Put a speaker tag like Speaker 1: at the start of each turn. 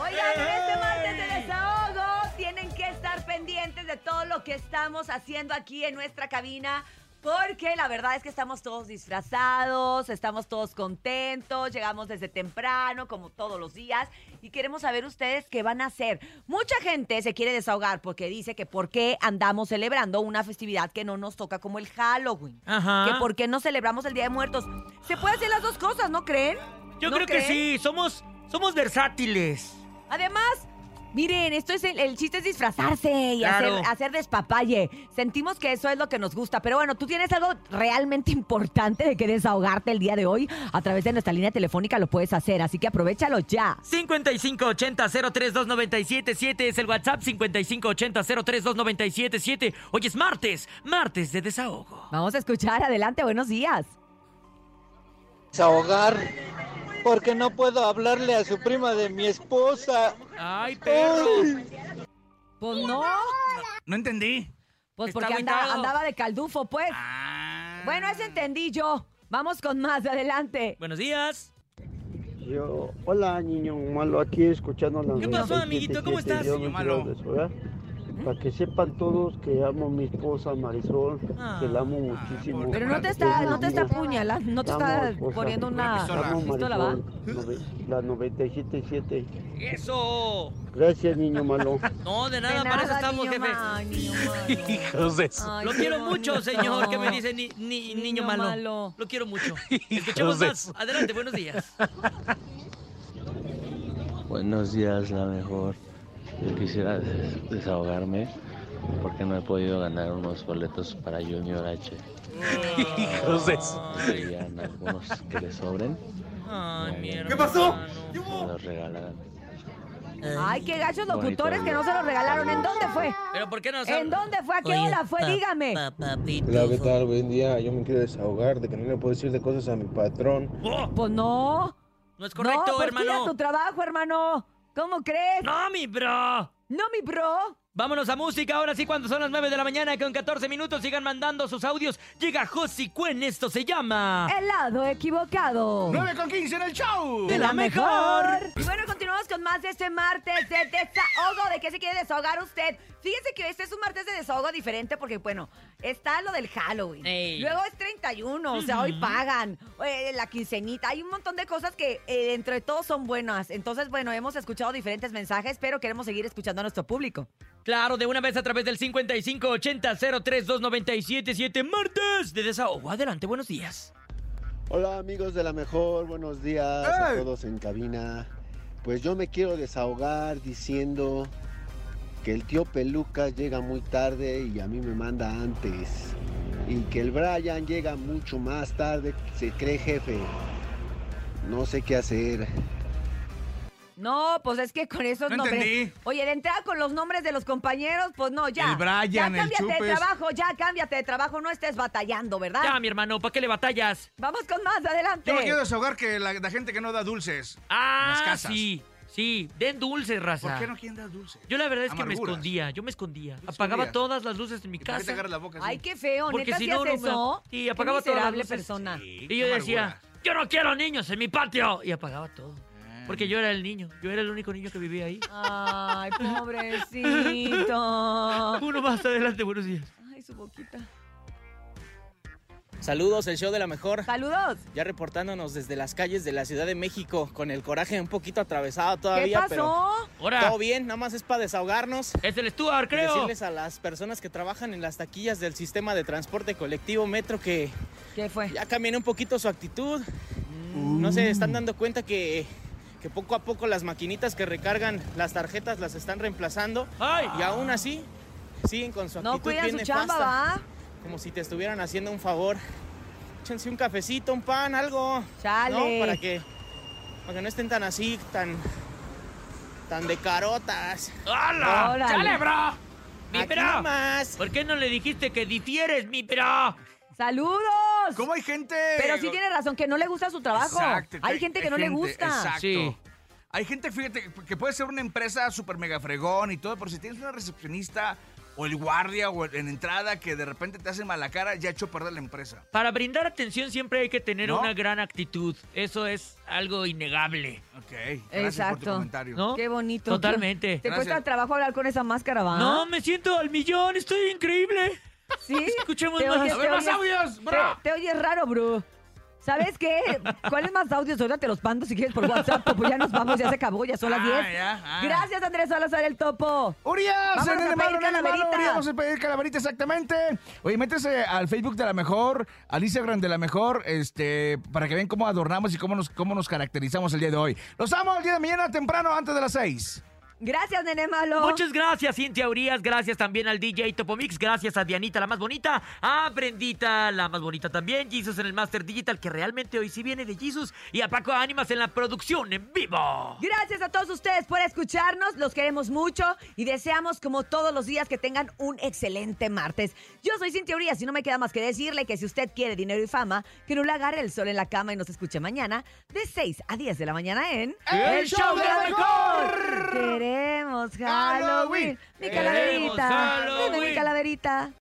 Speaker 1: oigan, en este martes de desahogo tienen que estar pendientes de todo lo que estamos haciendo aquí en nuestra cabina. Porque la verdad es que estamos todos disfrazados, estamos todos contentos, llegamos desde temprano, como todos los días, y queremos saber ustedes qué van a hacer. Mucha gente se quiere desahogar porque dice que por qué andamos celebrando una festividad que no nos toca como el Halloween,
Speaker 2: Ajá.
Speaker 1: que por qué no celebramos el Día de Muertos. Se puede hacer las dos cosas, ¿no creen?
Speaker 2: Yo
Speaker 1: ¿No
Speaker 2: creo que
Speaker 1: creen?
Speaker 2: sí, somos, somos versátiles.
Speaker 1: Además, miren, esto es el, el chiste es disfrazarse y
Speaker 2: Claro.
Speaker 1: hacer, hacer despapalle. Sentimos que eso es lo que nos gusta. Pero bueno, tú tienes algo realmente importante de que desahogarte el día de hoy. A través de nuestra línea telefónica lo puedes hacer, así que aprovechalo ya.
Speaker 2: 5580-032977 es el WhatsApp, 5580-032977. Hoy es martes, martes de desahogo.
Speaker 1: Vamos a escuchar, adelante, buenos días.
Speaker 3: desahogar porque no puedo hablarle a su prima de mi esposa.
Speaker 2: ¡Ay, perro!
Speaker 1: Pues no,
Speaker 4: No entendí.
Speaker 1: pues
Speaker 2: Está
Speaker 1: porque andaba,
Speaker 2: agüitado.
Speaker 1: andaba de caldufo, pues.
Speaker 4: Ah.
Speaker 1: Bueno, eso entendí yo. Vamos con más, adelante.
Speaker 2: Buenos días.
Speaker 5: Yo, hola niño malo, aquí escuchando la
Speaker 2: ¿Qué pasó, amiguito? ¿Cómo estás,
Speaker 4: niño malo?
Speaker 5: Para que sepan todos que amo a mi esposa Marisol,
Speaker 2: Ah,
Speaker 5: que la amo
Speaker 4: ah,
Speaker 5: muchísimo.
Speaker 1: Pero no te
Speaker 5: Es
Speaker 1: está,
Speaker 5: mi
Speaker 1: no te está
Speaker 5: amiga.
Speaker 1: apuñalando, no te
Speaker 5: pues, Vamos,
Speaker 1: está
Speaker 5: cosa.
Speaker 1: poniendo
Speaker 4: Una
Speaker 1: una
Speaker 4: pistola.
Speaker 5: Amo a
Speaker 1: pistola, ¿va?
Speaker 5: Marisol, nove- la 977.
Speaker 2: ¡Eso!
Speaker 5: Gracias, niño malo.
Speaker 2: No, de nada,
Speaker 1: De
Speaker 2: para eso
Speaker 1: nada,
Speaker 2: estamos,
Speaker 1: niño
Speaker 2: jefe.
Speaker 1: mal, niño malo.
Speaker 4: Hijos de su-
Speaker 1: Ay,
Speaker 2: Lo
Speaker 1: qué
Speaker 2: quiero mucho,
Speaker 1: bonito.
Speaker 2: señor, que me dice ni- ni- niño,
Speaker 1: Niño
Speaker 2: malo.
Speaker 1: malo.
Speaker 2: Lo quiero mucho. Escuchemos
Speaker 4: de
Speaker 2: más.
Speaker 4: su-
Speaker 2: Adelante, buenos días.
Speaker 6: Buenos días, la mejor. Yo quisiera des- desahogarme porque no he podido ganar unos boletos para Junior H.
Speaker 4: Hijos de su-
Speaker 6: Serían algunos que le sobren.
Speaker 2: Ay, Ah, mierda.
Speaker 4: ¿Qué pasó?
Speaker 2: hermano.
Speaker 6: me Los regalarán.
Speaker 1: Ay, qué gachos locutores que no se los regalaron. ¿En dónde fue?
Speaker 2: ¿Pero por qué no
Speaker 1: ¿En dónde fue? ¿A qué
Speaker 2: Oye,
Speaker 1: hora fue?
Speaker 2: pa-
Speaker 1: Dígame.
Speaker 2: pa- papito.
Speaker 7: Hola, ¿qué tal? Buen día. Yo me quiero desahogar de que no le puedo decir de cosas a mi patrón.
Speaker 2: Oh,
Speaker 1: Pues no.
Speaker 2: no es correcto,
Speaker 1: no, pues cuida
Speaker 2: hermano.
Speaker 1: tu trabajo, hermano. ¿Cómo crees?
Speaker 2: No, mi bro.
Speaker 1: No, mi bro.
Speaker 2: Vámonos a música, ahora sí cuando son las 9 de la mañana con 14 minutos sigan mandando sus audios. Llega Josi Cuen, esto se llama...
Speaker 1: El lado equivocado.
Speaker 4: 9 con 15 en el show.
Speaker 2: ¡De la mejor!
Speaker 1: Y bueno, continuamos con más de este martes de desahogo. ¿De qué se quiere desahogar usted? Fíjese que este es un martes de desahogo diferente porque, bueno, está lo del Halloween.
Speaker 2: Ey.
Speaker 1: Luego es 31, o sea, hoy pagan. eh, la quincenita. Hay un montón de cosas que eh, entre todos son buenas. Entonces, bueno, hemos escuchado diferentes mensajes, pero queremos seguir escuchando a nuestro público.
Speaker 2: Claro, de una vez a través del 5580-032977, martes de desahogo. Adelante, buenos días.
Speaker 7: Hola, amigos de la mejor. Buenos días a todos en cabina. Pues yo me quiero desahogar diciendo que el tío Peluca llega muy tarde y a mí me manda antes. Y que el Brian llega mucho más tarde, se cree jefe. No sé qué hacer.
Speaker 1: No, pues es que con esos
Speaker 4: No
Speaker 1: nombres.
Speaker 4: entendí.
Speaker 1: Oye, de entrada con los nombres de los compañeros, pues no, ya.
Speaker 4: El Brian,
Speaker 1: ya
Speaker 4: el
Speaker 1: cámbiate de
Speaker 4: Chupes.
Speaker 1: trabajo, ya cámbiate de trabajo, no estés batallando, ¿verdad?
Speaker 2: Ya, mi hermano, ¿para qué le batallas?
Speaker 1: Vamos con más, adelante.
Speaker 4: Yo me quiero desahogar que la, la gente que no da dulces. Las
Speaker 2: Ah,
Speaker 4: casas.
Speaker 2: sí, sí, den dulces, raza.
Speaker 4: ¿Por qué no quieren dar dulces?
Speaker 2: Yo la verdad es que me
Speaker 4: Amarguras.
Speaker 2: escondía, yo me escondía.
Speaker 4: te
Speaker 2: Apagaba
Speaker 4: escondías?
Speaker 2: todas las luces de mi
Speaker 4: ¿Y por qué te
Speaker 2: casa.
Speaker 4: agarras la boca así?
Speaker 1: Ay, qué feo,
Speaker 2: Porque
Speaker 1: neta,
Speaker 2: si
Speaker 1: si
Speaker 2: no, no me-
Speaker 1: eso.
Speaker 2: Sí, apagaba
Speaker 1: qué
Speaker 2: todas las
Speaker 1: miserable
Speaker 2: luces.
Speaker 1: persona.
Speaker 4: Sí,
Speaker 2: Y yo
Speaker 4: qué
Speaker 2: decía,
Speaker 4: amargura.
Speaker 2: yo no quiero niños en mi patio. Y apagaba todo.
Speaker 4: Ah.
Speaker 2: Porque yo era el niño, yo era el único niño que vivía ahí.
Speaker 1: Ay, pobrecito.
Speaker 2: Uno más adelante, buenos días.
Speaker 1: Ay, su boquita.
Speaker 8: Saludos, el show de la mejor.
Speaker 1: Saludos.
Speaker 8: Ya reportándonos desde las calles de la Ciudad de México con el coraje un poquito atravesado
Speaker 1: ¿Qué
Speaker 8: todavía, pero
Speaker 1: pasó?
Speaker 2: Ahora,
Speaker 8: todo bien, nada más es para desahogarnos.
Speaker 2: es el Stuart,
Speaker 8: y
Speaker 2: creo.
Speaker 8: Decirles a las personas que trabajan en las taquillas del sistema de transporte colectivo Metro que
Speaker 1: ¿Qué fue?
Speaker 8: ya cambien un poquito su actitud. Mm, No
Speaker 1: Uh.
Speaker 8: se están dando cuenta que, que poco a poco las maquinitas que recargan las tarjetas las están reemplazando
Speaker 2: ¡Ay!
Speaker 8: y aún así siguen con su actitud
Speaker 1: No cuidan
Speaker 8: bien
Speaker 1: su chamba,
Speaker 8: nefasta.
Speaker 1: ¿va?
Speaker 8: Como si te estuvieran haciendo un favor. Échense un cafecito, un pan, algo.
Speaker 1: Chale.
Speaker 8: ¿No? Para que, para que no estén tan así, tan, tan de carotas.
Speaker 2: ¡Hala!
Speaker 1: Órale.
Speaker 2: ¡Chale, bro! ¡Mi
Speaker 8: Aquí
Speaker 2: bro!
Speaker 8: nomás.
Speaker 2: ¿Por qué no le dijiste que difieres, mi bro?
Speaker 1: ¡Saludos!
Speaker 4: ¿Cómo hay gente?
Speaker 1: Pero sí tiene razón, que no le gusta su trabajo.
Speaker 4: Exacto,
Speaker 1: Hay gente que no le
Speaker 4: gente,
Speaker 1: gusta.
Speaker 4: Exacto.
Speaker 2: Sí.
Speaker 4: Hay gente, fíjate, que puede ser una empresa súper mega fregón y todo, pero si tienes una recepcionista o el guardia o el- en entrada que de repente te hace mala cara, ya echó a perder la empresa.
Speaker 2: Para brindar atención siempre hay que tener
Speaker 4: ¿No?
Speaker 2: una gran actitud. Eso es algo innegable.
Speaker 4: Ok, gracias por tu
Speaker 1: Exacto.
Speaker 4: comentario.
Speaker 2: ¿No?
Speaker 1: Qué bonito.
Speaker 2: Totalmente.
Speaker 1: ¿Te
Speaker 4: Gracias.
Speaker 1: cuesta trabajo hablar con esa máscara, va?
Speaker 2: No, me siento al millón, estoy increíble.
Speaker 1: ¿Sí?
Speaker 2: Escuchemos
Speaker 1: Te
Speaker 2: más.
Speaker 1: oyes-
Speaker 2: A
Speaker 4: ver,
Speaker 1: te
Speaker 4: más
Speaker 1: oyes-
Speaker 4: audios,
Speaker 1: te-
Speaker 4: bro.
Speaker 1: Te oyes raro, bro. ¿Sabes qué? ¿Cuáles más audios? Ahorita te los mando si quieres por WhatsApp, Topo. Ya nos vamos, ya se acabó, ya son las
Speaker 4: Ah,
Speaker 1: 10.
Speaker 4: ya, ah.
Speaker 1: Gracias, Andrés Salazar, el topo.
Speaker 4: Urias,
Speaker 1: Vámonos
Speaker 4: en el
Speaker 1: a
Speaker 4: malo,
Speaker 1: pedir
Speaker 4: en el malo,
Speaker 1: calaverita.
Speaker 4: Urias, vamos a pedir calaverita exactamente. Oye, métese al Facebook de la mejor, al Instagram de la mejor, este, para que vean cómo adornamos y cómo nos, cómo nos caracterizamos el día de hoy. Los amo el día de mañana temprano, antes de las seis.
Speaker 1: Gracias, nene malo.
Speaker 2: Muchas gracias, Cintia Urias. Gracias también al DJ Topomix. Gracias a Dianita, la más bonita. A Brendita, la más bonita también. Jesus en el Master Digital, que realmente hoy sí viene de Jesus. Y a Paco Ánimas en la producción en vivo.
Speaker 1: Gracias a todos ustedes por escucharnos, los queremos mucho y deseamos como todos los días que tengan un excelente martes. Yo soy Cintia Urias y no me queda más que decirle que si usted quiere dinero y fama, que no le agarre el sol en la cama y nos escuche mañana de 6 a 10 de la mañana en
Speaker 4: ¡El Show de la Mejor!
Speaker 1: Queremos Halloween. Mi
Speaker 4: Queremos
Speaker 1: calaverita. Dime mi
Speaker 2: Halloween.
Speaker 1: calaverita.